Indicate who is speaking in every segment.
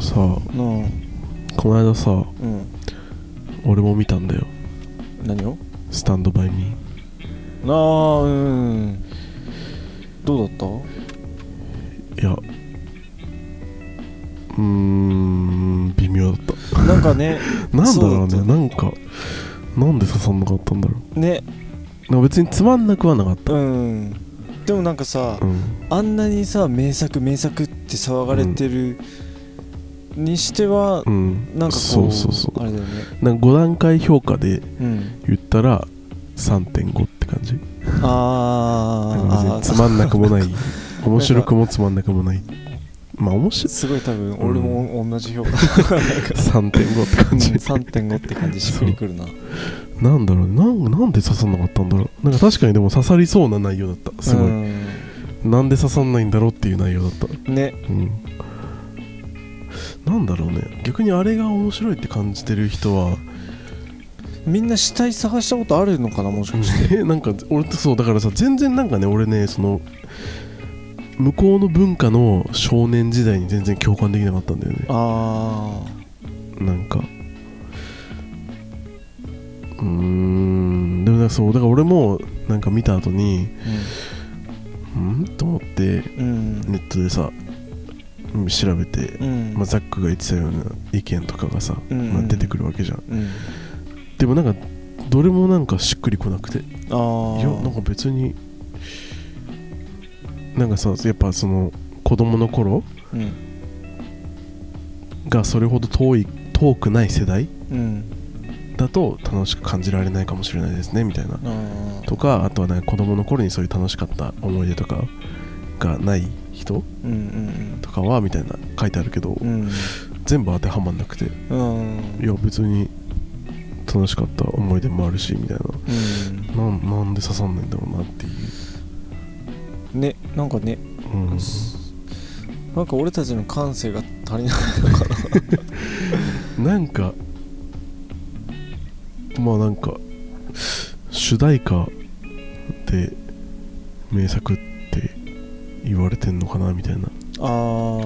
Speaker 1: さあ
Speaker 2: な
Speaker 1: この間さ
Speaker 2: うん
Speaker 1: 俺も見たんだよ
Speaker 2: 何を
Speaker 1: スタンドバイミ
Speaker 2: なあうんどうだった
Speaker 1: ーいやうーん微妙だった
Speaker 2: なんかね
Speaker 1: なんだろう
Speaker 2: そうだ
Speaker 1: ね
Speaker 2: った
Speaker 1: なんかなんで刺さんなかったんだろう
Speaker 2: ね
Speaker 1: なんか別につまんなくはなかっ
Speaker 2: うんでもなんかさ
Speaker 1: たうん
Speaker 2: あんなにさ名作名作って騒がれてるにしては
Speaker 1: うん
Speaker 2: なんかこ
Speaker 1: そ
Speaker 2: う,、
Speaker 1: うそうそ
Speaker 2: あれだよね
Speaker 1: うなんか5段階評価で
Speaker 2: うん
Speaker 1: 言ったら3.5って感じなんか別
Speaker 2: あーあ
Speaker 1: につまんなくも ない面白く
Speaker 2: も
Speaker 1: もつまんなくもないまあ面白い
Speaker 2: すごい多分俺も同じ評 価
Speaker 1: 3.5って感じ
Speaker 2: 3.5って感じしっくりく るな
Speaker 1: なんだろうねなんなんで刺さんなかったんだろうなんか確かにでも刺さりそうな内容だったすごい、なんで刺さんないんだろうっていう内容だった
Speaker 2: うんね
Speaker 1: うんなんだろうね逆にあれが面白いって感じてる人は
Speaker 2: みんな死体探したことあるのかなもしかして
Speaker 1: えなんか俺ってそうだからさ全然なんかね俺ねその向こうの文化の少年時代に全然共感できなかったんだよね
Speaker 2: あ
Speaker 1: なんかうーんでもなんかそうだから俺もなんか見た後に
Speaker 2: あ
Speaker 1: んと思って
Speaker 2: うん
Speaker 1: ネットでさうん調べて、
Speaker 2: うん
Speaker 1: まあ、ザックが言ってたような意見とかがさ、
Speaker 2: うん
Speaker 1: まあ、出てくるわけじゃん
Speaker 2: うん
Speaker 1: でもなんかどれもなんかしっくりこなくて
Speaker 2: ああ
Speaker 1: いやなんか別になんかさやっぱその子供の頃
Speaker 2: うん
Speaker 1: がそれほど遠い遠くない世代
Speaker 2: うん
Speaker 1: だと楽しく感じられないかもしれないですねみたいな
Speaker 2: ああ
Speaker 1: とかあとはなんか子供の頃にそういう楽しかった思い出とかがない人
Speaker 2: うん
Speaker 1: とかはみたいな書いてあるけど、
Speaker 2: うんうん
Speaker 1: 全部当てはまんなくてい
Speaker 2: うん
Speaker 1: や別に楽しかった思い出もあるしみたいな
Speaker 2: うん
Speaker 1: なんなんで刺さんないんだろうなっていう、
Speaker 2: ねなんかね
Speaker 1: うん、
Speaker 2: なんか俺たちの感性が足りない
Speaker 1: なんかまあなんか主題歌で名作って言われてんのかなみたいな
Speaker 2: ああ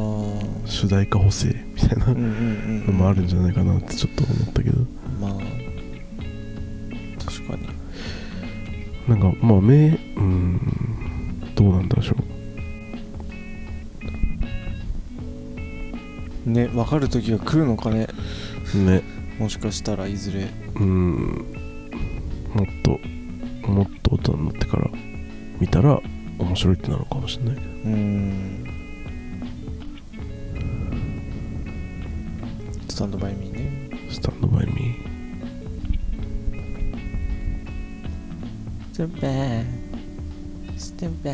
Speaker 1: 主題歌補正みたいな
Speaker 2: うんうんう
Speaker 1: の
Speaker 2: ん
Speaker 1: もあるんじゃないかなってちょっと思ったけど
Speaker 2: まあ確かに
Speaker 1: なんかまあ名うんどうなんでしょ
Speaker 2: ね分かる時が来るのかね
Speaker 1: うね
Speaker 2: もしかしたらいずれ
Speaker 1: うんもっともっと大人になってから見たら面白いってなのかもしれないけど
Speaker 2: うんスタンドバイミーね
Speaker 1: スタンドバイミー
Speaker 3: ステンバーステンバ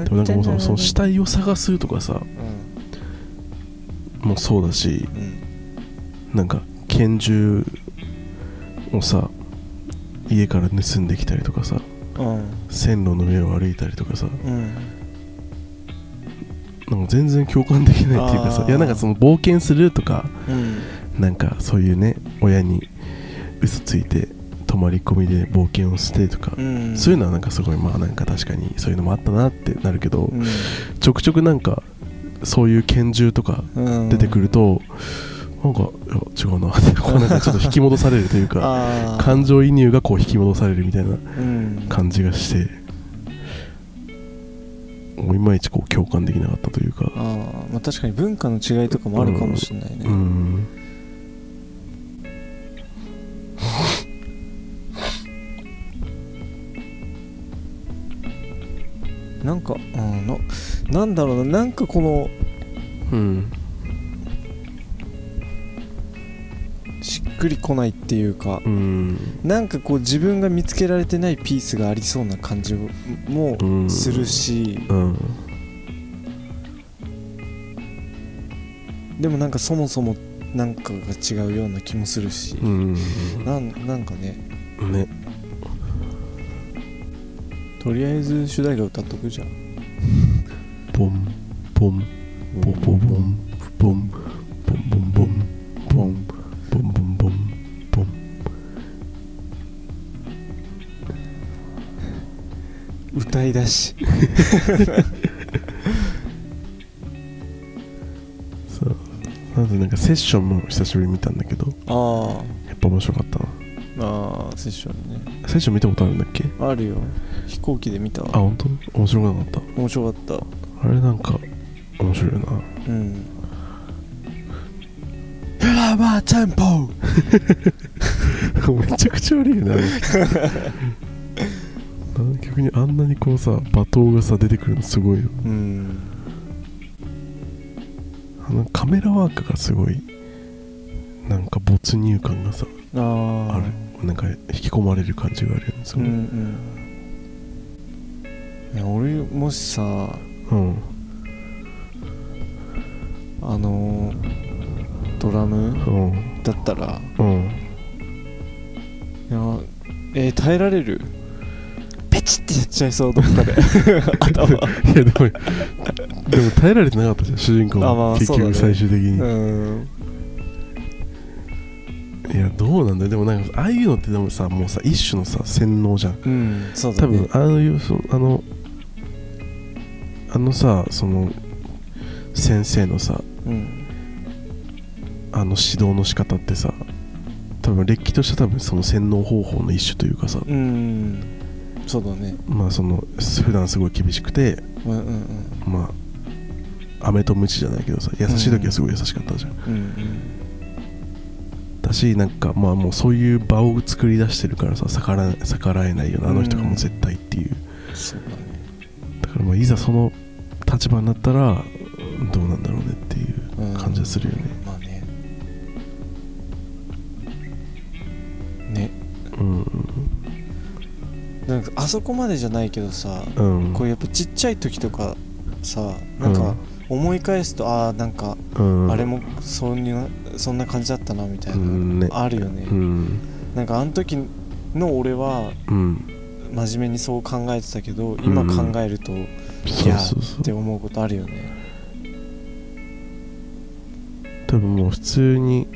Speaker 3: ー
Speaker 1: でもなんかもうさその死体を探すとかさ
Speaker 2: うん
Speaker 1: もうそうだし
Speaker 2: うん
Speaker 1: なんか拳銃をさ家から盗んできたりとかさ
Speaker 2: うん
Speaker 1: 線路の上を歩いたりとかさ
Speaker 2: うん
Speaker 1: なんか全然共感できないっていうかさ
Speaker 2: あー
Speaker 1: いやなんかその冒険するとか
Speaker 2: うん
Speaker 1: なんかそういうね親に嘘ついて泊まり込みで冒険をしてとか、
Speaker 2: うん
Speaker 1: そういうのはなんかすごいまあなんか確かにそういうのもあったなってなるけど、
Speaker 2: うん
Speaker 1: ちょくちょくなんかそういう拳銃とか
Speaker 2: うん
Speaker 1: 出てくると、なんかいや違うなってこうなんかちょっと引き戻されるという か
Speaker 2: あー
Speaker 1: 感情移入がこう引き戻されるみたいな
Speaker 2: うん
Speaker 1: 感じがしてもういまいちこう共感できなかったというか
Speaker 2: あーまあ確かに文化の違いとかもあるかもしれないね、
Speaker 1: うん
Speaker 2: なんか、うん、ななんだろうななんかこの
Speaker 1: うん
Speaker 2: しくりこないっていうか
Speaker 1: うん
Speaker 2: なんかこう自分が見つけられてないピースがありそうな感じもも
Speaker 1: うん
Speaker 2: するし、
Speaker 1: うん
Speaker 2: でもなんかそもそもなんかが違うような気もするし、
Speaker 1: うん
Speaker 2: なんなんかね
Speaker 1: ね
Speaker 2: とりあえず主題歌歌っとくじゃん
Speaker 1: ポンポンポンポンポンポンポンポンポンポンポンポンポンポン
Speaker 2: 歌いだし
Speaker 1: そうなんでなんかセッションも久しぶりに見たんだけど
Speaker 2: あ
Speaker 1: やっぱ面白かったな
Speaker 2: あああセッションね
Speaker 1: セッション見たことあるんだっけ
Speaker 2: あるよ飛行機で見た
Speaker 1: あ本当面白くなかっ
Speaker 2: 面白かった
Speaker 1: たあれなんか面白いよな
Speaker 2: うんフラワーテンポ
Speaker 1: めちゃくちゃ悪いよねあれなんか逆にあんなにこうさ罵倒がさ出てくるのすごいよ
Speaker 2: うん
Speaker 1: あのカメラワークがすごいなんか没入感がさ
Speaker 2: ああ
Speaker 1: あるなんか引き込まれる感じがあるよねす
Speaker 2: う
Speaker 1: ご
Speaker 2: ん
Speaker 1: い
Speaker 2: うんいや俺もしさ
Speaker 1: うん
Speaker 2: あのードラム
Speaker 1: うん
Speaker 2: だったら
Speaker 1: うん
Speaker 2: いやえー耐えられるペチってやっちゃいそうどっかで 頭
Speaker 1: いやでもでも耐えられてなかったじゃん主人公
Speaker 2: あまあ
Speaker 1: も結
Speaker 2: そうだ
Speaker 1: 局
Speaker 2: ね
Speaker 1: 最終的に、
Speaker 2: うん
Speaker 1: いやどうなんだよでもなんかああいうのってでもさもうさ一種のさ洗脳じゃん
Speaker 2: うんそうだ
Speaker 1: 多
Speaker 2: ね
Speaker 1: 分あのいうそあのあのさその先生のさ
Speaker 2: うん
Speaker 1: あの指導の仕方ってさ多分れっきとした多分その洗脳方法の一種というかさ
Speaker 2: うんそうだね
Speaker 1: まあその普段すごい厳しくて
Speaker 2: うんうん
Speaker 1: まあ飴と鞭じゃないけどさ優しい時はすごい優しかったじゃん、
Speaker 2: うんうん
Speaker 1: だしなんかまあもうそういう場を作り出してるからさ逆ら逆らえないよなあの人がもう絶対っていう、
Speaker 2: そうだね
Speaker 1: だからまあいざその立場になったらどうなんだろうねっていう
Speaker 2: うん
Speaker 1: 感じがするよね
Speaker 2: まあねね
Speaker 1: うん
Speaker 2: なんかあそこまでじゃないけどさ
Speaker 1: うん
Speaker 2: こうやっぱちっちゃい時とかさなんか思い返すと、ああなんか
Speaker 1: うん
Speaker 2: あれもそんなそんな感じだったなみたいな、
Speaker 1: うんね
Speaker 2: あるよね、
Speaker 1: うん
Speaker 2: なんかあの時の俺は
Speaker 1: うん
Speaker 2: 真面目にそう考えてたけど今
Speaker 1: うん
Speaker 2: 考えるとっ
Speaker 1: そうそうそう
Speaker 2: て思うことあるよね
Speaker 1: 多分もう普通に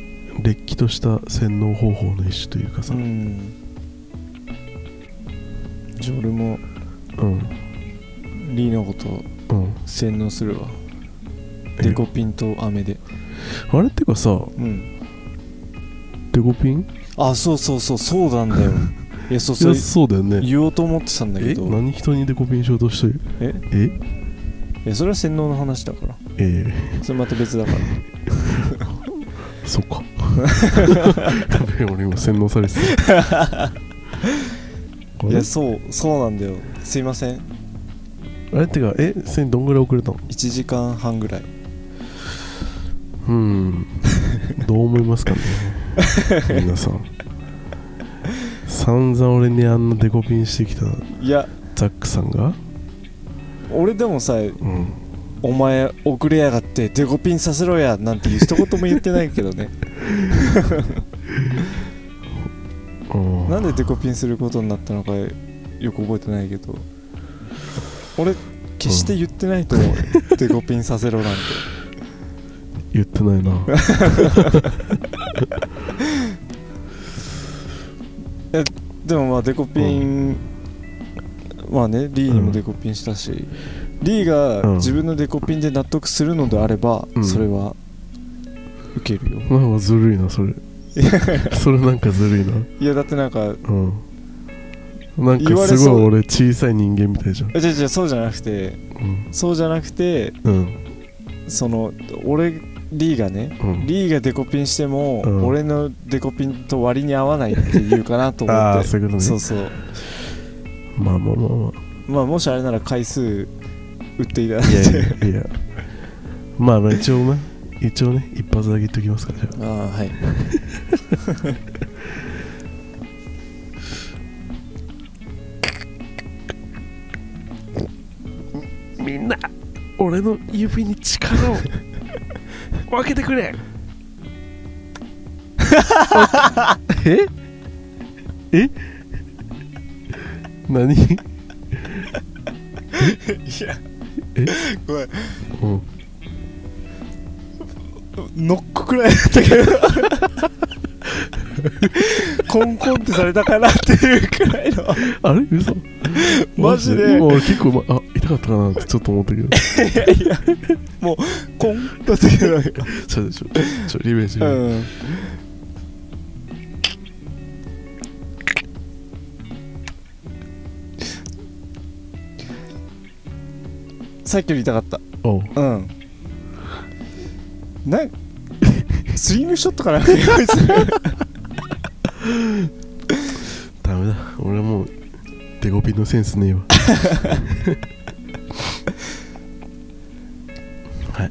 Speaker 1: れっきとした洗脳方法の一種というかさ、
Speaker 2: う
Speaker 1: うん
Speaker 2: んじゃあ俺も
Speaker 1: うん
Speaker 2: リーのこと洗脳するわ
Speaker 1: え
Speaker 2: デコピンと飴で
Speaker 1: あれってかさ
Speaker 2: うん
Speaker 1: デコピン
Speaker 2: あそうそうそうそうなん だよいやそう
Speaker 1: い
Speaker 2: そ
Speaker 1: や
Speaker 2: う
Speaker 1: そうだよね
Speaker 2: 言おうと思ってたんだけ
Speaker 1: え
Speaker 2: ど
Speaker 1: 何人にデコピンしようとしてる
Speaker 2: え
Speaker 1: え
Speaker 2: いやそれは洗脳の話だから
Speaker 1: え
Speaker 2: それまた別だから
Speaker 1: ー、そっ かやべえ俺今洗脳されてた あ
Speaker 2: い
Speaker 1: れ
Speaker 2: やそうそうなんだよすいません
Speaker 1: あれってかえそれどんぐらい遅れたの
Speaker 2: 1時間半ぐらい
Speaker 1: うんどう思いますかね皆さん散々俺にあんなデコピンしてきた
Speaker 2: いや
Speaker 1: ザックさんが
Speaker 2: 俺でもさ
Speaker 1: うん
Speaker 2: 「お前遅れやがってデコピンさせろや」なんていう一言も言ってないけどね
Speaker 1: うん
Speaker 2: なんでデコピンすることになったのかよく覚えてないけど俺決して言ってないと思 う、デコピンさせろなんて
Speaker 1: 言ってない な
Speaker 2: でもまあデコピン、まあねリーにもデコピンしたし、リーが
Speaker 1: うん
Speaker 2: 自分のデコピンで納得するのであれば、
Speaker 1: うん
Speaker 2: それは受けるよ
Speaker 1: なんかずるいなそれそれなんかずるいない
Speaker 2: やだってなんか
Speaker 1: うんなん
Speaker 2: 言わ
Speaker 1: か
Speaker 2: れ
Speaker 1: す
Speaker 2: そう
Speaker 1: ごい俺小さい人間みたいじゃん
Speaker 2: え違う違うそうじゃなくて
Speaker 1: うん
Speaker 2: そうじゃなくて
Speaker 1: うん
Speaker 2: その俺リーがね
Speaker 1: うん
Speaker 2: リーがデコピンしても、
Speaker 1: うん
Speaker 2: 俺のデコピンと割に合わないっていうかなと思
Speaker 1: ああ
Speaker 2: っ
Speaker 1: そういうことね
Speaker 2: てそうそう
Speaker 1: まあまあまあま
Speaker 2: まあもしあれなら回数打っていただい
Speaker 1: あい
Speaker 2: て
Speaker 1: やいやいやまあまあ一応ね一応ね一発だけ言っておきますからじゃ
Speaker 2: ああはい
Speaker 1: あみんな俺の指に力を分けてくれ ええ何
Speaker 2: いや
Speaker 1: え
Speaker 2: ごめん
Speaker 1: うん
Speaker 2: ノックくらいだったけどコンコンってされたかなっていうくらいの
Speaker 1: あれ嘘
Speaker 2: マジで
Speaker 1: 今俺結構、ま、あ痛かったかなってちょっと思った けど
Speaker 2: いやいやもうコンだったけど
Speaker 1: そうでしょちょリベンジ、
Speaker 2: うんさっきより痛かった
Speaker 1: おう
Speaker 2: うんな スイングショットかない
Speaker 1: ダメだ俺はもうデコピンのセンスねえわはい
Speaker 2: や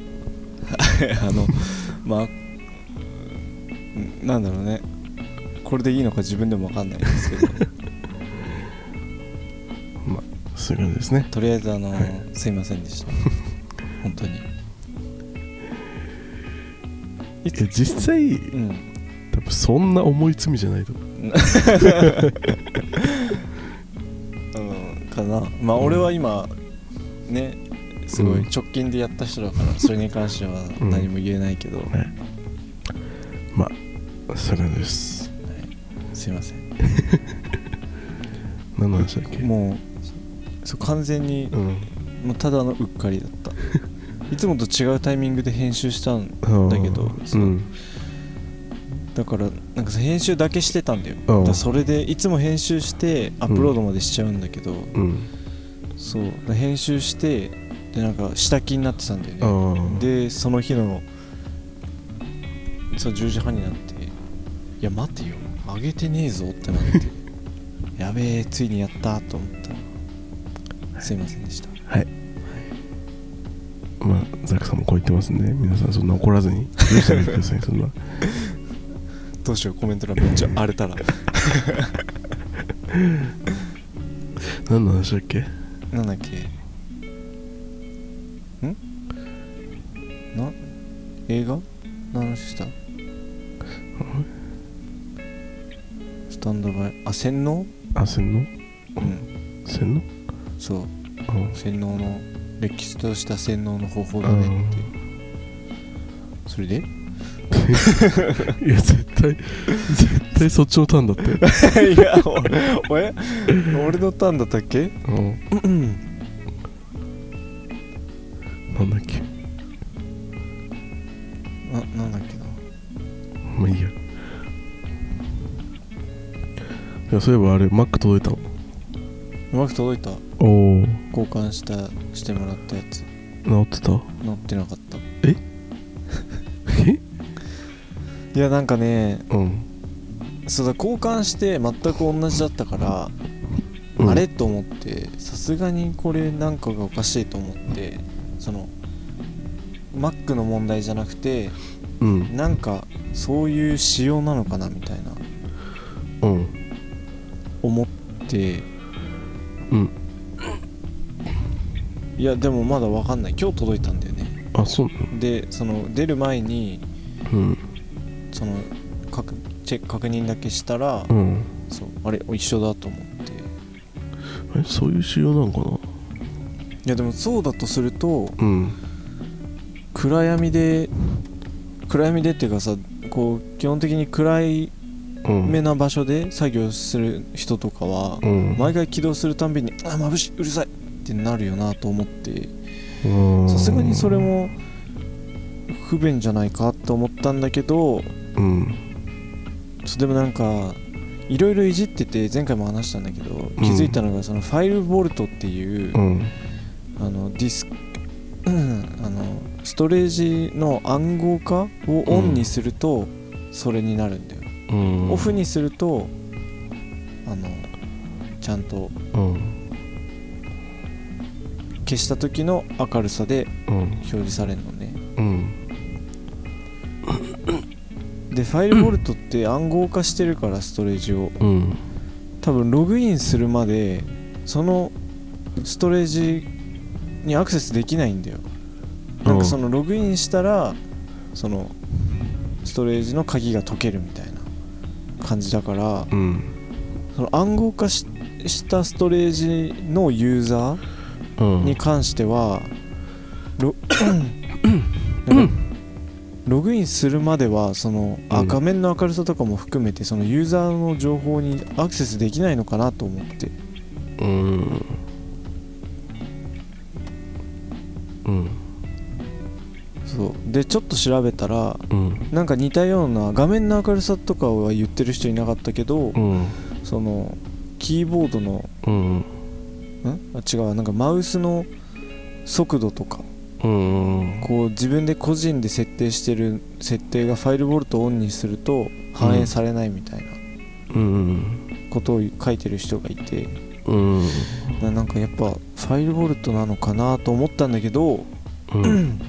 Speaker 2: あのまあうんなんだろうねこれでいいのか自分でも分かんないですけど
Speaker 1: そういう感じですね
Speaker 2: とりあえずあの、
Speaker 1: はい
Speaker 2: すいませんでした本当にい
Speaker 1: え
Speaker 2: つ
Speaker 1: 実際
Speaker 2: うん
Speaker 1: 多分そんな重い罪じゃないと思う
Speaker 2: うんかなまあ俺は今ねすごい直近でやった人だから、それに関しては
Speaker 1: ん
Speaker 2: 何も言えないけど、
Speaker 1: そういう感じです
Speaker 2: すいません
Speaker 1: 何の話だっけ
Speaker 2: もうそう完全に
Speaker 1: うん
Speaker 2: もうただのうっかりだった いつもと違うタイミングで編集したん
Speaker 1: あー
Speaker 2: だけど
Speaker 1: うん
Speaker 2: だからなんかさ編集だけしてたんだよ
Speaker 1: ああ
Speaker 2: だからそれでいつも編集してアップロードまでしちゃうんだけど、
Speaker 1: うん
Speaker 2: そうだから編集してでなんか下気になってたんだ
Speaker 1: あ
Speaker 2: よね
Speaker 1: ー
Speaker 2: でその日のそう10時半になっていや待てよ上げてねえぞってなって やべえついにやったと思ったすいませんでした
Speaker 1: まあザクさんもこう言ってますんで皆さんそんな怒らずに許してあげてくださ いそんな
Speaker 2: どうしようコメント欄めっちゃ荒れたら
Speaker 1: 何の話だっけ
Speaker 2: なんだっけんな映画何の話したスタンドバイあ洗脳
Speaker 1: あ洗脳
Speaker 2: うん
Speaker 1: 洗脳
Speaker 2: そう
Speaker 1: あー
Speaker 2: 洗脳の歴史とした洗脳の方法だねってそれで
Speaker 1: いや絶対絶対そっちのターンだったよ
Speaker 2: いや俺俺のターンだったっけ
Speaker 1: うん
Speaker 2: うん
Speaker 1: なんだっけ
Speaker 2: ななんだっけな
Speaker 1: まあいいやいやそういえばあれマック届いたの
Speaker 2: うまく届いた
Speaker 1: おお
Speaker 2: 交換したしてもらったやつ
Speaker 1: 治ってた
Speaker 2: 乗ってなかった
Speaker 1: え
Speaker 2: いやなんかね
Speaker 1: うん、
Speaker 2: そうだ交換して全く同じだったから、
Speaker 1: うん、
Speaker 2: あれと思ってさすがにこれなんかがおかしいと思ってその Mac の問題じゃなくて
Speaker 1: うん
Speaker 2: なんかそういう仕様なのかなみたいな
Speaker 1: うん
Speaker 2: 思って
Speaker 1: うん
Speaker 2: いやでもまだわかんない今日届いたんだよね
Speaker 1: あそうな
Speaker 2: でその出る前に
Speaker 1: のうん
Speaker 2: その確チェック確認だけしたら、
Speaker 1: うん
Speaker 2: そうあれ一緒だと思って
Speaker 1: えそういう仕様なのかない
Speaker 2: やでもそうだとすると
Speaker 1: うん
Speaker 2: 暗闇で暗闇でっていうかさこう基本的に暗い
Speaker 1: うん
Speaker 2: 目な場所で作業する人とかは、
Speaker 1: うん
Speaker 2: 毎回起動するたんびに「あ眩しいうるさい!」ってなるよなと思って
Speaker 1: うん
Speaker 2: さすがにそれも不便じゃないかと思ったんだけど
Speaker 1: うん
Speaker 2: そうでもなんかいろいろいじってて前回も話したんだけど気づいたのがそのファイルボルトっていう、
Speaker 1: うん
Speaker 2: あのディスク、うん、あのストレージの暗号化をオンにするとそれになるんだよ、
Speaker 1: うん
Speaker 2: オフにするとあのちゃんと
Speaker 1: うん
Speaker 2: 消した時の明るさで
Speaker 1: うん
Speaker 2: 表示されるのね
Speaker 1: うん
Speaker 2: でファイルボルトって暗号化してるからストレージを
Speaker 1: うん
Speaker 2: 多分ログインするまでそのストレージにアクセスできないんだよなんかそのログインしたらそのストレージの鍵が解けるみたいな感じだから
Speaker 1: うん
Speaker 2: その暗号化ししたストレージのユーザー
Speaker 1: うん
Speaker 2: に関しては ロなんかログインするまではその、あ
Speaker 1: うん
Speaker 2: 画面の明るさとかも含めてそのユーザーの情報にアクセスできないのかなと思って
Speaker 1: うんうん
Speaker 2: そうでちょっと調べたら
Speaker 1: うん
Speaker 2: なんか似たような画面の明るさとかは言ってる人いなかったけど、
Speaker 1: うん
Speaker 2: そのキーボードの
Speaker 1: うん
Speaker 2: んあ違うなんかマウスの速度とか
Speaker 1: うん
Speaker 2: こう自分で個人で設定してる設定がファイルボルトをオンにすると反映されないみたいな
Speaker 1: うん
Speaker 2: ことを書いてる人がいて、
Speaker 1: うん
Speaker 2: ななんかやっぱファイルボルトなのかなと思ったんだけど
Speaker 1: うん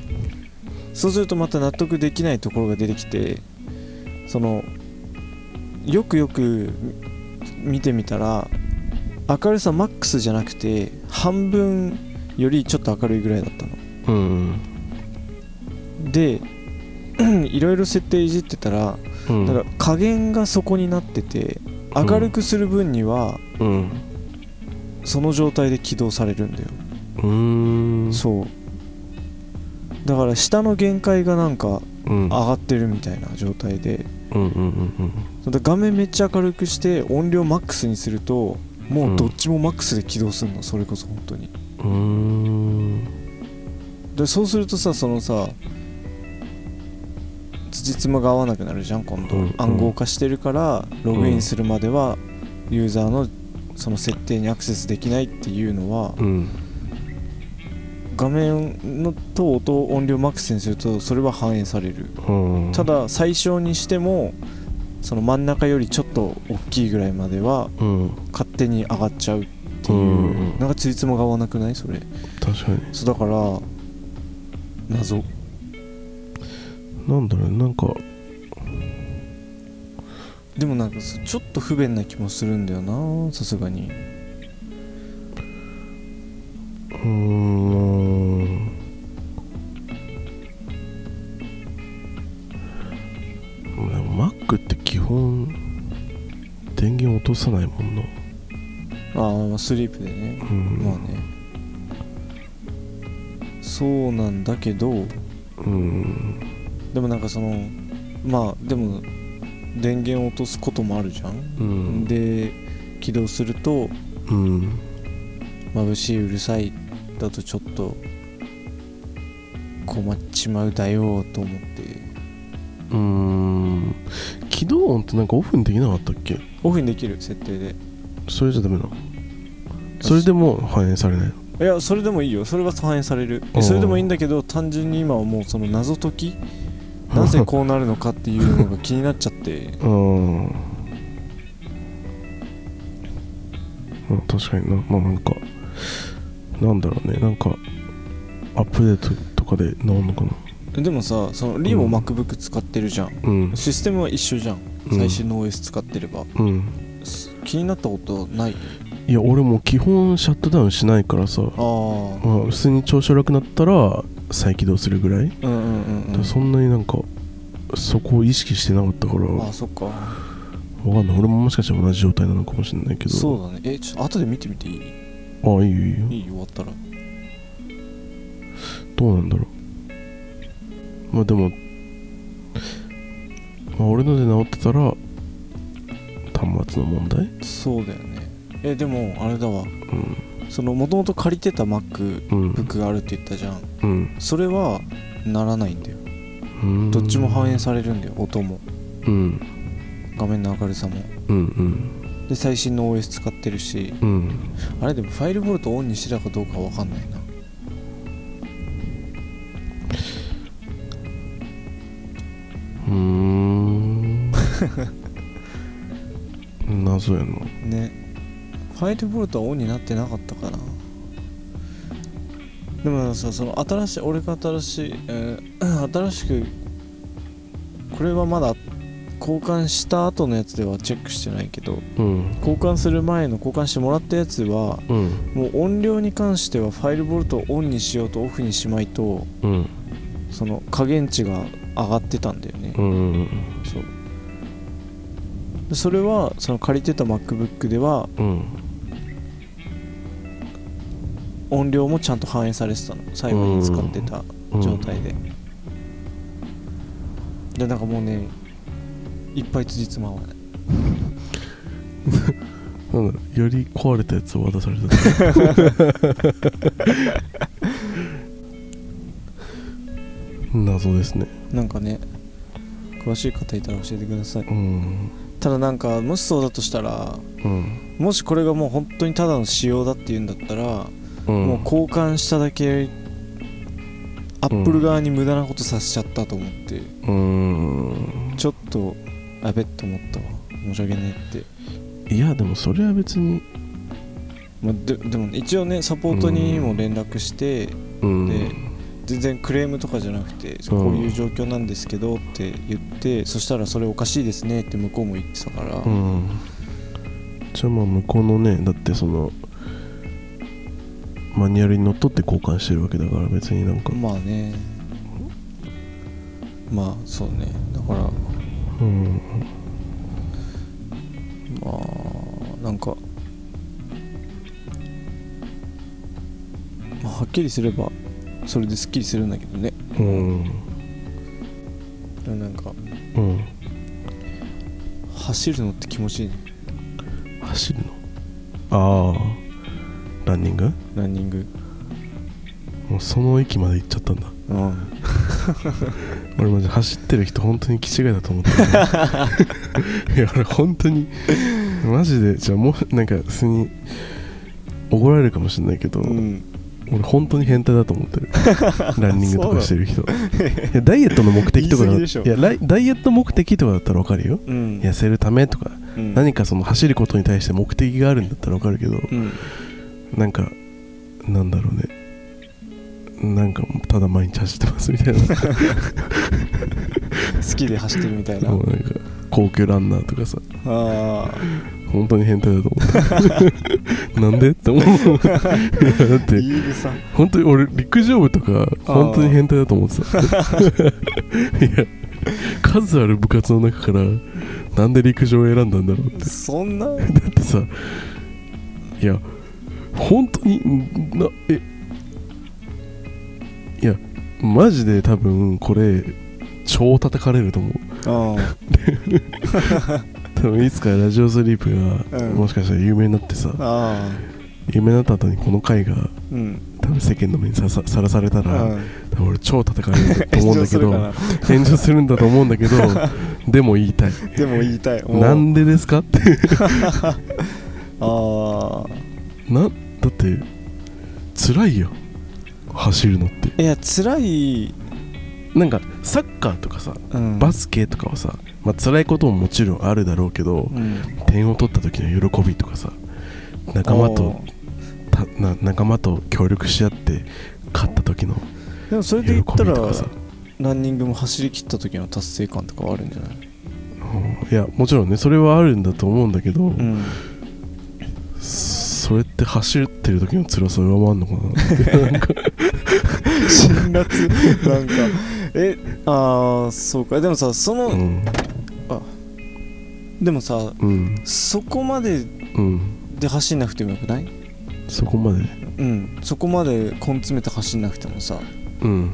Speaker 2: そうするとまた納得できないところが出てきてそのよくよく見てみたら明るさマックスじゃなくて半分よりちょっと明るいぐらいだったの。
Speaker 1: うん
Speaker 2: で いろいろ設定いじってたら
Speaker 1: うん
Speaker 2: だから加減がそこになってて明るくする分には
Speaker 1: うん
Speaker 2: その状態で起動されるんだよ、
Speaker 1: うん
Speaker 2: そうだから下の限界がなんか
Speaker 1: うん
Speaker 2: 上がってるみたいな状態で
Speaker 1: うんうんうん
Speaker 2: そうだから画面めっちゃ明るくして音量マックスにするともうどっちもマックスで起動するのそれこそ本当に
Speaker 1: うんうん
Speaker 2: でそうするとさそのさ辻褄が合わなくなるじゃん今度、
Speaker 1: うん
Speaker 2: 暗号化してるからログインするまではユーザーのその設定にアクセスできないっていうのは
Speaker 1: うん
Speaker 2: 画面のと音を音量マックスにするとそれは反映される
Speaker 1: うん
Speaker 2: ただ最小にしてもその真ん中よりちょっと大きいぐらいまでは
Speaker 1: うん
Speaker 2: 勝手に上がっちゃうっていう、
Speaker 1: うん
Speaker 2: なんかついつまが合わなくないそれ
Speaker 1: 確かに
Speaker 2: そうだから謎
Speaker 1: なんだろうなんか
Speaker 2: でもなんかそちょっと不便な気もするんだよなさすがに
Speaker 1: うーんでも Mac って基本電源落とさないもんな
Speaker 2: ああスリープでね
Speaker 1: うん
Speaker 2: まあねそうなんだけど
Speaker 1: うん
Speaker 2: でもなんかそのまあでも電源を落とすこともあるじゃん、
Speaker 1: うん
Speaker 2: で起動すると
Speaker 1: うん
Speaker 2: 眩しいうるさいだとちょっと困っちまうだよと思って
Speaker 1: うーん起動音ってなんかオフにできなかったっけ
Speaker 2: オフにできる設定で
Speaker 1: それじゃダメなのそれでも反映されないの
Speaker 2: いやそれでもいいよそれは反映される
Speaker 1: おー
Speaker 2: それでもいいんだけど単純に今はもうその謎解 きなぜこうなるのかっていうのが気になっちゃって
Speaker 1: うんうん確かになまあなんかなんだろうねなんかアップデートとかで直んのかな
Speaker 2: でもさそのリーも MacBook 使ってるじゃん
Speaker 1: うん
Speaker 2: システムは一緒じゃん
Speaker 1: うん
Speaker 2: 最新の OS 使ってれば、
Speaker 1: うん
Speaker 2: す気になったことない
Speaker 1: いや俺もう基本シャットダウンしないからさ
Speaker 2: ああうん
Speaker 1: まあ普通に調子悪くなったら再起動するぐらい、
Speaker 2: うんうんうん
Speaker 1: そんなになんかそこを意識してなかったから
Speaker 2: ああそっか
Speaker 1: わかんない俺ももしかしたら同じ状態なのかもしれないけど
Speaker 2: そうだねえちょっと後で見てみていい
Speaker 1: ああいいよいいよ
Speaker 2: いい終わったら
Speaker 1: どうなんだろうまあでも、まあ、俺ので治ってたら端末の問題
Speaker 2: そうだよねえでもあれだわ
Speaker 1: うん
Speaker 2: そのもともと借りてた
Speaker 1: う
Speaker 2: MacBook
Speaker 1: ん
Speaker 2: があるって言ったじゃん
Speaker 1: うん
Speaker 2: それはならないんだよ
Speaker 1: うん
Speaker 2: どっちも反映されるんだよ音も
Speaker 1: うん
Speaker 2: 画面の明るさも
Speaker 1: うん
Speaker 2: で最新の OS 使ってるし
Speaker 1: うんうん
Speaker 2: あれでもファイルボルトオンにしてたかどうかわかんないな
Speaker 1: うーん 謎やな
Speaker 2: ねファイルボルトはオンになってなかったかなでもさその新 しい俺が新しい、えー新しくこれはまだ交換した後のやつではチェックしてないけど
Speaker 1: うん
Speaker 2: 交換する前の交換してもらったやつは
Speaker 1: うん
Speaker 2: もう音量に関してはファイルボルトをオンにしようとオフにしまいと
Speaker 1: うん
Speaker 2: その加減値が上がってたんだよね、
Speaker 1: うん
Speaker 2: そうでそれはその借りてた MacBook では
Speaker 1: うん
Speaker 2: 音量もちゃんと反映されてたの最後に使ってた
Speaker 1: うん
Speaker 2: 状態で、でなんかもうねいっぱいつじつま合わない
Speaker 1: なんだより壊れたやつを渡された謎ですね
Speaker 2: なんかね詳しい方いたら教えてください
Speaker 1: うん
Speaker 2: ただなんかもしそうだとしたら
Speaker 1: うん
Speaker 2: もしこれがもう本当にただの仕様だっていうんだったら、
Speaker 1: うん
Speaker 2: もう交換しただけアップル側に無駄なことさせちゃったと思って、
Speaker 1: うーん
Speaker 2: ちょっとやべっと思ったわ申し訳ねえって、
Speaker 1: いやでもそれは別に
Speaker 2: まあ、ででも一応ねサポートにも連絡して、
Speaker 1: うん
Speaker 2: で全然クレームとかじゃなくてこういう状況なんですけどって言って、そしたらそれおかしいですねって向こうも言ってたから、
Speaker 1: うんじゃあまあ向こうのねだってそのマニュアルにのっとって交換してるわけだから別になんか
Speaker 2: まあねまあそうねだからま
Speaker 1: うん
Speaker 2: あなんか、まあ、はっきりすればそれですっきりするんだけどね
Speaker 1: うん
Speaker 2: でもなんか
Speaker 1: うん
Speaker 2: 走るのって気持ちいいね
Speaker 1: 走るのああランニング
Speaker 2: ランニング
Speaker 1: もうその域まで行っちゃったんだ
Speaker 2: うん
Speaker 1: 俺マジ走ってる人本当に気違いだと 思った、いや俺本当にマジでじゃあもうなんか普通に怒られるかもしれないけど、
Speaker 2: うん
Speaker 1: 俺本当に変態だと思ってる ランニングとかしてる人いやダイエットの目的とか
Speaker 2: 言い
Speaker 1: だ
Speaker 2: 過ぎ
Speaker 1: い
Speaker 2: でしょ
Speaker 1: やライダイエット目的とかだったら分かるよ
Speaker 2: うん
Speaker 1: 痩せるためとか、
Speaker 2: うん
Speaker 1: 何かその走ることに対して目的があるんだったら分かるけど、
Speaker 2: うん
Speaker 1: なんかなんだろうねなんかただ毎日走ってますみたいな
Speaker 2: 好きで走ってるみたいな
Speaker 1: もうなんか高級ランナーとかさ
Speaker 2: あ
Speaker 1: 本当に変態だと思って なんでって思ういやだっ
Speaker 2: あ
Speaker 1: て
Speaker 2: いい草
Speaker 1: 本当に俺陸上部とか
Speaker 2: あー
Speaker 1: 本当に変態だと思ってた いや数ある部活の中からなんで陸上を選んだんだろうって
Speaker 2: そんな
Speaker 1: だってさいや本当にんなえいやマジで多分これ超叩かれると思う
Speaker 2: ああ
Speaker 1: 多分いつかラジオスリープが
Speaker 2: うん
Speaker 1: もしかしたら有名になってさ、
Speaker 2: ああ
Speaker 1: 有名になった後にこの回が
Speaker 2: うん
Speaker 1: 多分世間の目にさささらされたら、
Speaker 2: うん
Speaker 1: 多分俺超叩かれると思うんだけ
Speaker 2: 炎上
Speaker 1: ど
Speaker 2: するか
Speaker 1: 炎上するんだと思うんだけ どでも言いたい
Speaker 2: なでも言いたいもう
Speaker 1: なんでですかって
Speaker 2: あ
Speaker 1: なだって辛いよ走るのって
Speaker 2: あいや辛い、
Speaker 1: なんかサッカーとかさ
Speaker 2: うん、
Speaker 1: バスケとかはさ、まあ辛いことももちろんあるだろうけど
Speaker 2: う、ん
Speaker 1: 点を取った時の喜びとかさ仲間とたな仲間と協力し合って勝った時の
Speaker 2: おーでもそれ
Speaker 1: 喜
Speaker 2: で言
Speaker 1: び
Speaker 2: った
Speaker 1: と
Speaker 2: ら
Speaker 1: かさ、
Speaker 2: ランニングも走り切った時の達成感とかはあるんじゃない
Speaker 1: うんいやもちろんねそれはあるんだと思うんだけど、
Speaker 2: うん
Speaker 1: それって走ってる時の辛さを上回るのかななんか
Speaker 2: 辛 辣なんかえああそうかでもさその、
Speaker 1: うん
Speaker 2: でもさ
Speaker 1: うん
Speaker 2: そこまで
Speaker 1: うん
Speaker 2: で走んなくてもよくない
Speaker 1: そこまで
Speaker 2: うんそこまで根詰めて走んなくてもさ
Speaker 1: うん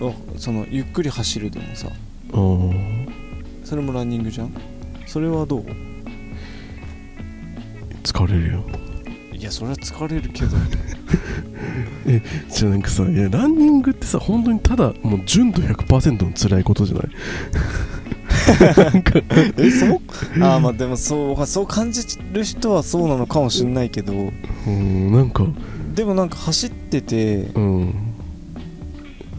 Speaker 2: おそのゆっくり走るでもさ
Speaker 1: あー
Speaker 2: それもランニングじゃんそれはどう
Speaker 1: 疲れるよ
Speaker 2: いやそれは疲れるけど
Speaker 1: じゃあなんかさいやランニングってさ本当にただもう純度100%の辛いことじゃない なんか
Speaker 2: えそうああまあでもそうそう感じる人はそうなのかもしれないけど
Speaker 1: うんなんか
Speaker 2: でもなんか走ってて、
Speaker 1: うん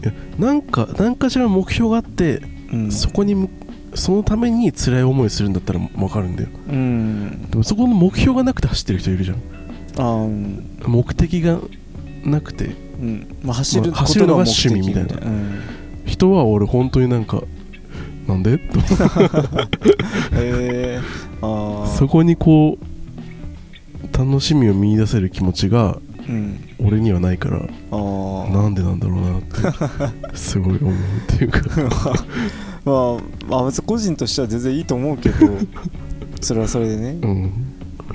Speaker 1: いやなんか何かしら目標があって
Speaker 2: うん、
Speaker 1: そこにむそのために辛い思いするんだったら分かるんだよ
Speaker 2: うん
Speaker 1: でもそこの目標がなくて走ってる人いるじゃん
Speaker 2: あーうん、
Speaker 1: 目的がなくて
Speaker 2: うんまあ、走る
Speaker 1: まあ走るのが
Speaker 2: こと目的
Speaker 1: 趣味みたい
Speaker 2: な、うん、
Speaker 1: 人は俺本当になんかなんでと
Speaker 2: えー、ああ
Speaker 1: そこにこう楽しみを見出せる気持ちが
Speaker 2: うん
Speaker 1: 俺にはないから
Speaker 2: あー
Speaker 1: なんでなんだろうなってすごい思うって いうか
Speaker 2: まあ、まあ、別に個人としては全然いいと 思うけどそれはそれでね
Speaker 1: うん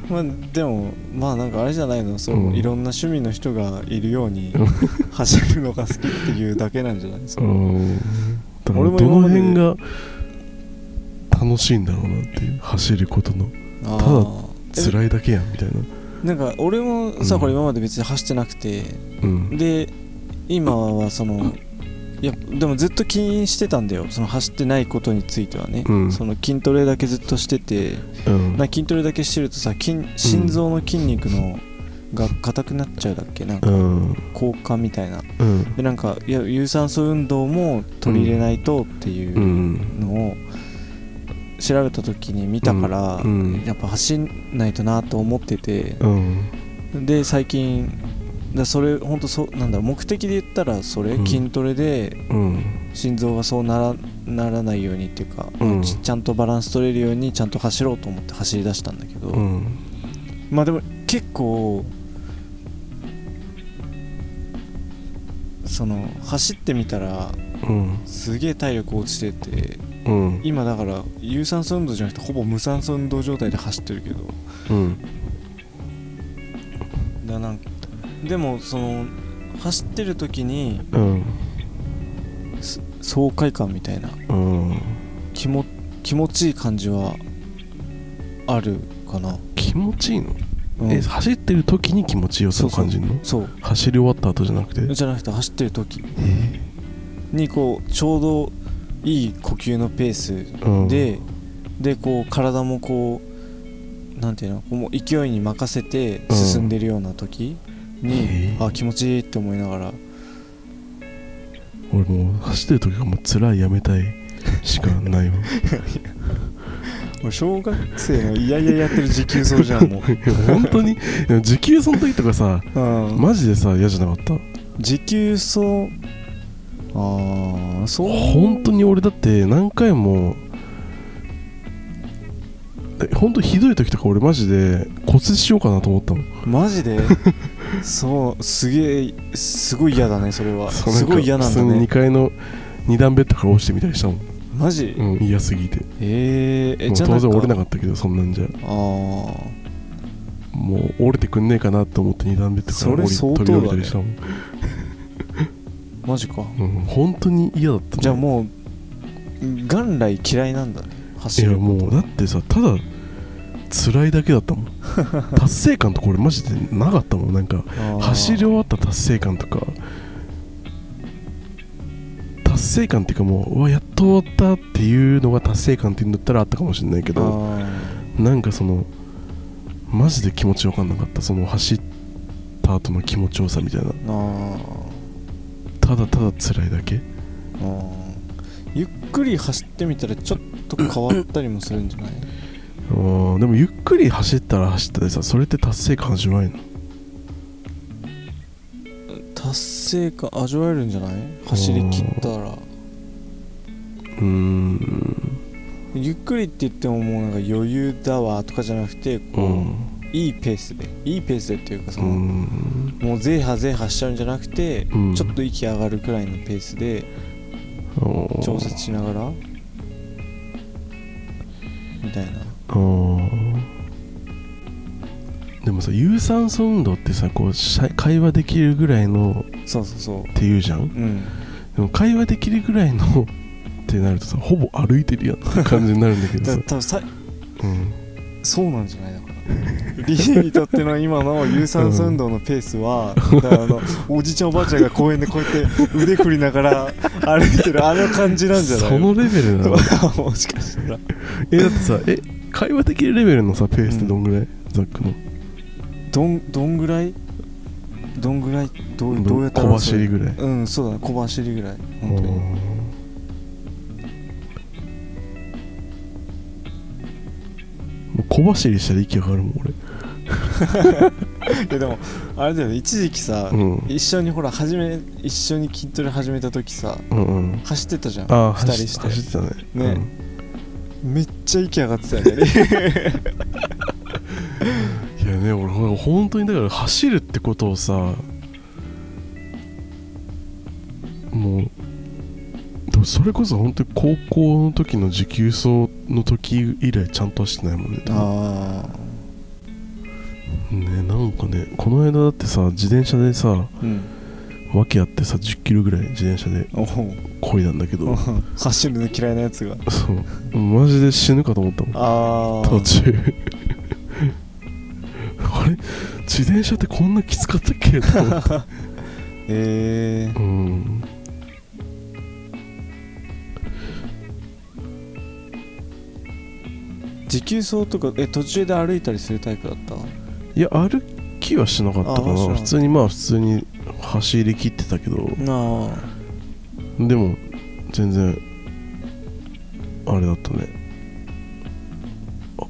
Speaker 2: まあでもまあなんかあれじゃないのそう、
Speaker 1: うん
Speaker 2: いろんな趣味の人がいるように
Speaker 1: うん
Speaker 2: 走るのが好きっていうだけなんじゃないです
Speaker 1: う
Speaker 2: か
Speaker 1: んだから
Speaker 2: 俺も
Speaker 1: ど
Speaker 2: 今
Speaker 1: の
Speaker 2: まで
Speaker 1: 辺が楽しいんだろうなっていう走ることのた
Speaker 2: あ
Speaker 1: だ
Speaker 2: ーえ
Speaker 1: 辛いだけやんみたいな
Speaker 2: なんか俺もさ、
Speaker 1: うん
Speaker 2: これ今まで別に走ってなくて
Speaker 1: うん
Speaker 2: で今はそのいやでもずっと気にしてたんだよその走ってないことについてはね、
Speaker 1: うん
Speaker 2: その筋トレだけずっとしてて
Speaker 1: うん
Speaker 2: な筋トレだけしてるとさ筋心臓の筋肉のが硬くなっちゃうだっけなん
Speaker 1: う
Speaker 2: か
Speaker 1: ん
Speaker 2: 硬化みたいな
Speaker 1: うん
Speaker 2: でなんかいや有酸素運動も取り入れないとっていううんのを調べた時に見たから、
Speaker 1: うん
Speaker 2: やっぱ走んないとなと思ってて
Speaker 1: うん
Speaker 2: で最近だそれ本当そうなんだ目的で言ったらそれ、
Speaker 1: うん
Speaker 2: 筋トレで
Speaker 1: うん
Speaker 2: 心臓がそうならならないようにっていうか、
Speaker 1: うん
Speaker 2: ちちゃんとバランス取れるようにちゃんと走ろうと思って走り出したんだけど、
Speaker 1: うん
Speaker 2: まあでも結構その走ってみたら
Speaker 1: うん
Speaker 2: すげえ体力落ちてて
Speaker 1: うん
Speaker 2: 今だから有酸素運動じゃなくてほぼ無酸素運動状態で走ってるけど
Speaker 1: うん
Speaker 2: だなんかでもその走ってる時に
Speaker 1: うん
Speaker 2: す爽快感みたいな
Speaker 1: うん
Speaker 2: 気も気持ちいい感じはあるかな、
Speaker 1: 気持ちいいの
Speaker 2: うん
Speaker 1: え走ってる時に気持ちよさを感じるの
Speaker 2: そう
Speaker 1: 走り終わった後じゃなくて
Speaker 2: じゃなくて走ってる時にこうちょうどいい呼吸のペース
Speaker 1: うん
Speaker 2: で、でこう体もこうなんていうのこうもう勢いに任せて進んでるような時に
Speaker 1: へ、え
Speaker 2: あ気持ちいいって思いながら
Speaker 1: 俺もう走ってる時がもう辛いやめたいしかないわ
Speaker 2: 俺小学生のいやいややってる持久走じゃんも う、
Speaker 1: いや本当にいや持久走の時とかさ
Speaker 2: うん
Speaker 1: マジでさ嫌じゃなかった
Speaker 2: 持久走ああそう
Speaker 1: 本当に俺だって何回もえ本当ひどい時とか俺マジで骨折しようかなと思ったの
Speaker 2: マ ジでそうすげえすごい嫌だねそれは
Speaker 1: そう
Speaker 2: すごい嫌なんだ
Speaker 1: 普通に
Speaker 2: ね
Speaker 1: 2階の2段ベッドから落ちてみたりしたもん、
Speaker 2: マジ、
Speaker 1: うん、嫌すぎて
Speaker 2: えー、え
Speaker 1: もう
Speaker 2: じゃあ
Speaker 1: 当然折れな
Speaker 2: か
Speaker 1: かったけどそんなんじゃ
Speaker 2: ああ
Speaker 1: もう折れてくんねえかなと思って2段ベッドから
Speaker 2: それ
Speaker 1: 降り
Speaker 2: 相当
Speaker 1: 飛
Speaker 2: だ
Speaker 1: び
Speaker 2: ね
Speaker 1: 降りたりしたもん、
Speaker 2: マジか
Speaker 1: うん、本当に嫌だったね
Speaker 2: じゃあもう元来嫌いなんだね
Speaker 1: い
Speaker 2: 走
Speaker 1: や
Speaker 2: る
Speaker 1: もうだってさただ辛いだけだったもん 達成感とか俺マジでなかったもんなんか走り終わった達成感とか達成感っていうかもううわやっと終わったっていうのが達成感っていうんだったらあったかもしれないけ
Speaker 2: あ
Speaker 1: ど
Speaker 2: ー
Speaker 1: なんかそのマジで気持ちよかんなかったその走った後の気持ちよさみたいな
Speaker 2: あー
Speaker 1: ただただ辛いだけ
Speaker 2: あーゆっくり走ってみたらちょっと変わったりもするんじゃ ない
Speaker 1: うんでもゆっくり走ったら走ったでさそれって達成感味わえんの
Speaker 2: 達成感味わえるんじゃない走り切ったら
Speaker 1: うーん
Speaker 2: ゆっくりって言ってももうなんか余裕だわとかじゃなくて
Speaker 1: う
Speaker 2: こう、
Speaker 1: ん
Speaker 2: いいペースでいいペースでっていうかそうの、
Speaker 1: ん
Speaker 2: もうゼーハゼーハしちゃうんじゃなくて、
Speaker 1: うん
Speaker 2: ちょっと息上がるくらいのペースで調節しながらみたいな
Speaker 1: うんでもさ有酸素運動ってさこうしゃ会話できるぐらいの
Speaker 2: そうそうそ
Speaker 1: っていうじゃん
Speaker 2: ううん
Speaker 1: でも会話できるぐらいのってなるとさほぼ歩いてるやんって感じになるんだけど
Speaker 2: だ
Speaker 1: さ
Speaker 2: から、多分さ
Speaker 1: うん、
Speaker 2: そうなんじゃないだから リーにとっての今の有酸素運動のペース は、だからあのおじいちゃんおばあちゃんが公園でこうやって腕振りながら 歩いてるあの感じなんじゃない
Speaker 1: そのレベルなの
Speaker 2: もしかしたら
Speaker 1: えだってさえ会話できるレベルのさペースってどんぐらい、ザックの
Speaker 2: どんどんぐらいどんぐらいどうどうやったら
Speaker 1: 小走りぐらい
Speaker 2: うんそうだね小走りぐらい本当に
Speaker 1: もう小走りしたら息上がるもん俺
Speaker 2: いやでもあれだよね一時期さ、
Speaker 1: うん
Speaker 2: 一緒にほら始め一緒に筋トレ始めた時さ
Speaker 1: うんうん
Speaker 2: 走ってたじゃん
Speaker 1: ああ
Speaker 2: 二人
Speaker 1: 走っ
Speaker 2: して
Speaker 1: 走ってたね
Speaker 2: ねめっちゃ息上がってたよ ね
Speaker 1: うんいやね俺ほ本当にだから走るってことをさもうでもそれこそ本当に高校の時の持久走の時以来ちゃんと走ってないもんね多分
Speaker 2: あ
Speaker 1: ねなんかねこの間だってさ自転車でさ
Speaker 2: あうん
Speaker 1: 訳あってさ1 0キロぐらい自転車で
Speaker 2: おお
Speaker 1: 漕いだんだけど
Speaker 2: 走るの嫌いなやつが
Speaker 1: そうマジで死ぬかと思ったもん
Speaker 2: ああ
Speaker 1: 途中 あれ自転車ってこんなきつかったっけと思 って
Speaker 2: え
Speaker 1: う
Speaker 2: え
Speaker 1: ん
Speaker 2: 持久走とかえ途中で歩いたりするタイプだった
Speaker 1: いや歩きはしなかったか
Speaker 2: あしなか
Speaker 1: な
Speaker 2: った
Speaker 1: 普通にまあ普通に走り切ってたけど
Speaker 2: あ
Speaker 1: でも全然あれだったねあ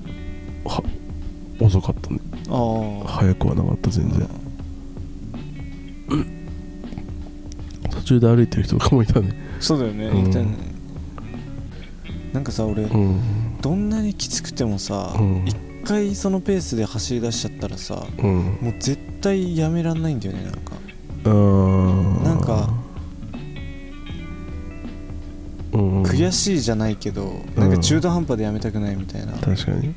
Speaker 1: は遅かったね
Speaker 2: ああ
Speaker 1: 早くはなかった全然途中で歩いてる人とかもいたね
Speaker 2: そうだよね、
Speaker 1: うん
Speaker 2: いたよねなんかさ俺、
Speaker 1: うん
Speaker 2: どんなにきつくてもさ、
Speaker 1: うん
Speaker 2: 一回そのペースで走り出しちゃったらさ
Speaker 1: うん
Speaker 2: もう絶対やめらんないんだよねなんか
Speaker 1: あー
Speaker 2: なんか
Speaker 1: うん
Speaker 2: 悔しいじゃないけど、なんか中途半端でやめたくないみたいな、
Speaker 1: 確かに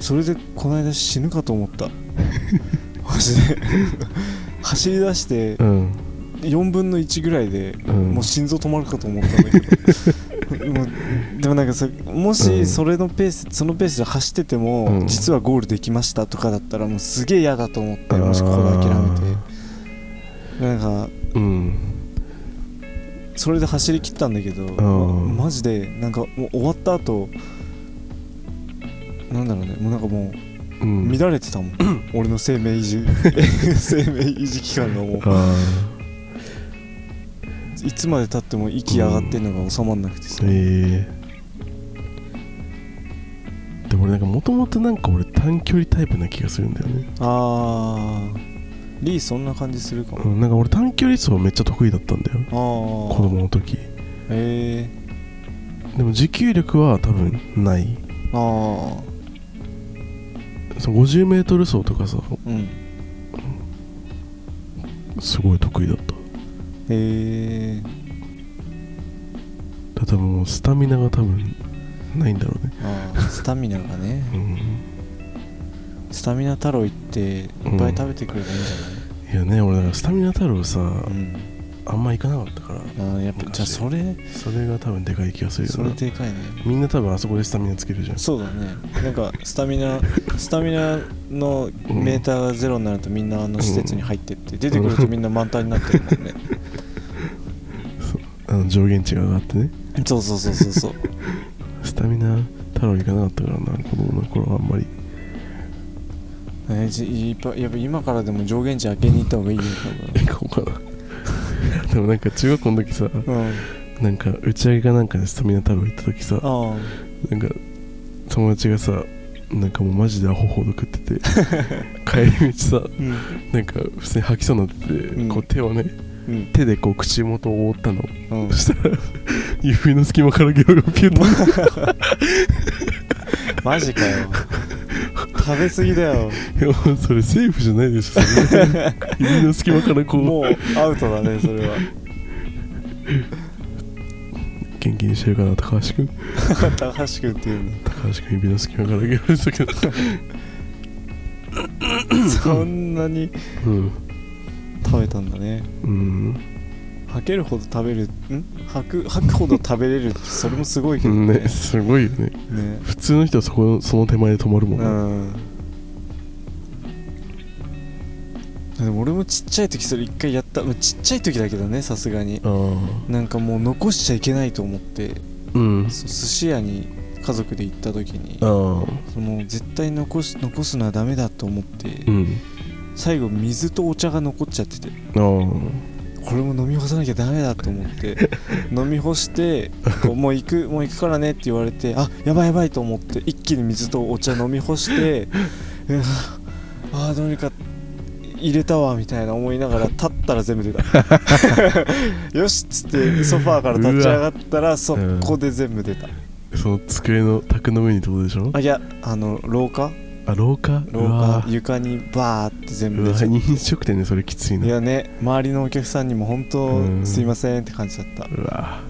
Speaker 2: それでこの間死ぬかと思った マジで走り出して
Speaker 1: うん
Speaker 2: 4分の1ぐらいで
Speaker 1: うん
Speaker 2: もう心臓止まるかと思ったんだけど もうでもなんかさも
Speaker 1: うん
Speaker 2: しそれのペース、そのペースで走ってても、
Speaker 1: うん
Speaker 2: 実はゴールできましたとかだったらもうすげえ嫌だと思ってもしここで諦めてなんか
Speaker 1: うん
Speaker 2: それで走り切ったんだけど、
Speaker 1: ん
Speaker 2: マジでなんかもう終わった後なんだろうねもうなんかも
Speaker 1: うん
Speaker 2: う乱れてたもん、俺の生命維持 生命維持期間がもう
Speaker 1: あ
Speaker 2: いつまでたっても息上がってんのが収まんなくてさ、
Speaker 1: ーえーでも俺なんかもともとなんか俺短距離タイプな気がするんだよね、
Speaker 2: あーリーそんな感じするか
Speaker 1: う
Speaker 2: も、
Speaker 1: ん、なんか俺短距離走めっちゃ得意だったんだよ
Speaker 2: ああ
Speaker 1: 子供の時
Speaker 2: え
Speaker 1: でも持久力は多分ない
Speaker 2: ー、ああ
Speaker 1: その 50m 走とかさ
Speaker 2: うん
Speaker 1: すごい得意だった
Speaker 2: えー、
Speaker 1: ただもうスタミナが多分ないんだろうね
Speaker 2: あースタミナがね
Speaker 1: うん
Speaker 2: スタミナ太郎行っていっぱい食べてくればいいんじ
Speaker 1: いやね俺だからスタミナ太郎さ、
Speaker 2: ゃない、うん
Speaker 1: あんま行かなかったから
Speaker 2: ああやっぱ
Speaker 1: 昔
Speaker 2: じゃあそれ
Speaker 1: それが多分でかい気がする
Speaker 2: そ
Speaker 1: よ
Speaker 2: れ
Speaker 1: な
Speaker 2: でかいね
Speaker 1: みんな多分あそこでスタミナつけるじゃん
Speaker 2: そうだねなんかスタミナスタミナのメーターがゼロになるとみんなあの施設に入ってって出てくるとみんな満タンになってるもんね
Speaker 1: あの上限値が上がってね
Speaker 2: そうそうそうそうそう
Speaker 1: スタミナ太郎行かなかったからな子供の頃はあんまり
Speaker 2: えーじいっぱいやっぱ今からでも上限値開けに行った方がいいよ
Speaker 1: 行こうかなでもなんか中学校の時さ
Speaker 2: 多分うん
Speaker 1: なんか打ち上げかなんかでスタミナ太郎行った時さ
Speaker 2: あ
Speaker 1: なんか友達がさなんかもうマジでアホほど食って て帰り道さ
Speaker 2: あうん
Speaker 1: なんか普通に吐きそうになってて、
Speaker 2: ん
Speaker 1: こう手をね
Speaker 2: うん
Speaker 1: 手でこう口元を覆ったの
Speaker 2: うん
Speaker 1: そしたら指の隙間からゲロがピュッと
Speaker 2: マジかよ食べ過ぎだよ
Speaker 1: い やもうそれセーフじゃないでしょそれ指の隙間からこう
Speaker 2: もうアウトだねそ れは
Speaker 1: 元気にしてるかな高橋君
Speaker 2: 高橋君っていう
Speaker 1: 高橋君指の隙間からゲロでしたけど
Speaker 2: のそんなに
Speaker 1: うん
Speaker 2: 食べたんだね
Speaker 1: うん
Speaker 2: 吐けるほど食べるん吐く吐くほど食べれるってそれもすごいけどね
Speaker 1: ねすごいよね
Speaker 2: ね
Speaker 1: 普通の人はそこその手前で止まるもん
Speaker 2: う
Speaker 1: ね
Speaker 2: んでも俺もちっちゃい時それ一回やったまあちっちゃい時だけどねさすがに
Speaker 1: ああ
Speaker 2: なんかもう残しちゃいけないと思って
Speaker 1: うん
Speaker 2: そう寿司屋に家族で行った時に
Speaker 1: ああ
Speaker 2: その絶対残し残すのはダメだと思って
Speaker 1: うん
Speaker 2: 最後水とお茶が残っちゃってて
Speaker 1: ああ
Speaker 2: これも飲み干さなきゃダメだと思って 飲み干してこうもう行くもう行くからねって言われてあやばいやばいと思って一気に水とお茶飲み干してうわあーどうにか入れたわみたいな思いながら立ったら全部出 たよしっつってソファーから立ち上がったらそこで全部出た、
Speaker 1: その机の卓の上にってことでしょ
Speaker 2: あいやあの廊下
Speaker 1: あ廊下
Speaker 2: 廊
Speaker 1: うわ
Speaker 2: 下床にバーって全部
Speaker 1: う
Speaker 2: 出
Speaker 1: わ
Speaker 2: ちゃっ
Speaker 1: 飲食店でそれきつい
Speaker 2: たい
Speaker 1: な
Speaker 2: やね周りのお客さんにも本
Speaker 1: う
Speaker 2: 当
Speaker 1: ん
Speaker 2: すいませんって感じだった
Speaker 1: うわ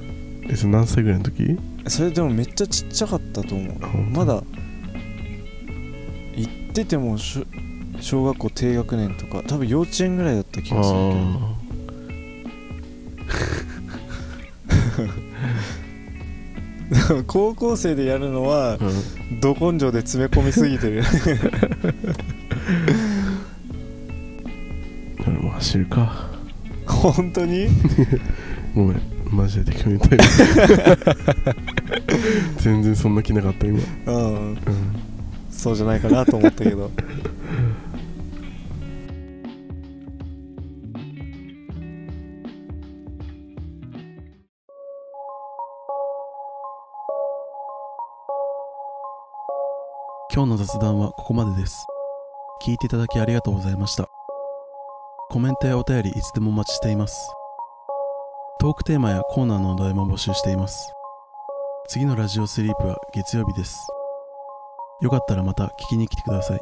Speaker 1: えそれ何歳ぐらいの時
Speaker 2: それでもめっちゃちっちゃかったと思う
Speaker 1: あ本当
Speaker 2: まだ行っててもしょ小学校低学年とか多分幼稚園ぐらいだった気
Speaker 1: あ
Speaker 2: がするけど
Speaker 1: ー
Speaker 2: 高校生でやるのは
Speaker 1: うん
Speaker 2: ど根性で詰め込みすぎてる
Speaker 1: 俺もう走るか
Speaker 2: 本当に
Speaker 1: ごめんマジで適当にタイム 全然そんな気なかった今
Speaker 2: うん
Speaker 1: うん
Speaker 2: そうじゃないかなと思ったけど
Speaker 4: 今日の雑談はここまでです聞いていただきありがとうございましたコメントやお便りいつでもお待ちしていますトークテーマやコーナーのお題も募集しています次のラジオスリープは月曜日ですよかったらまた聞きに来てください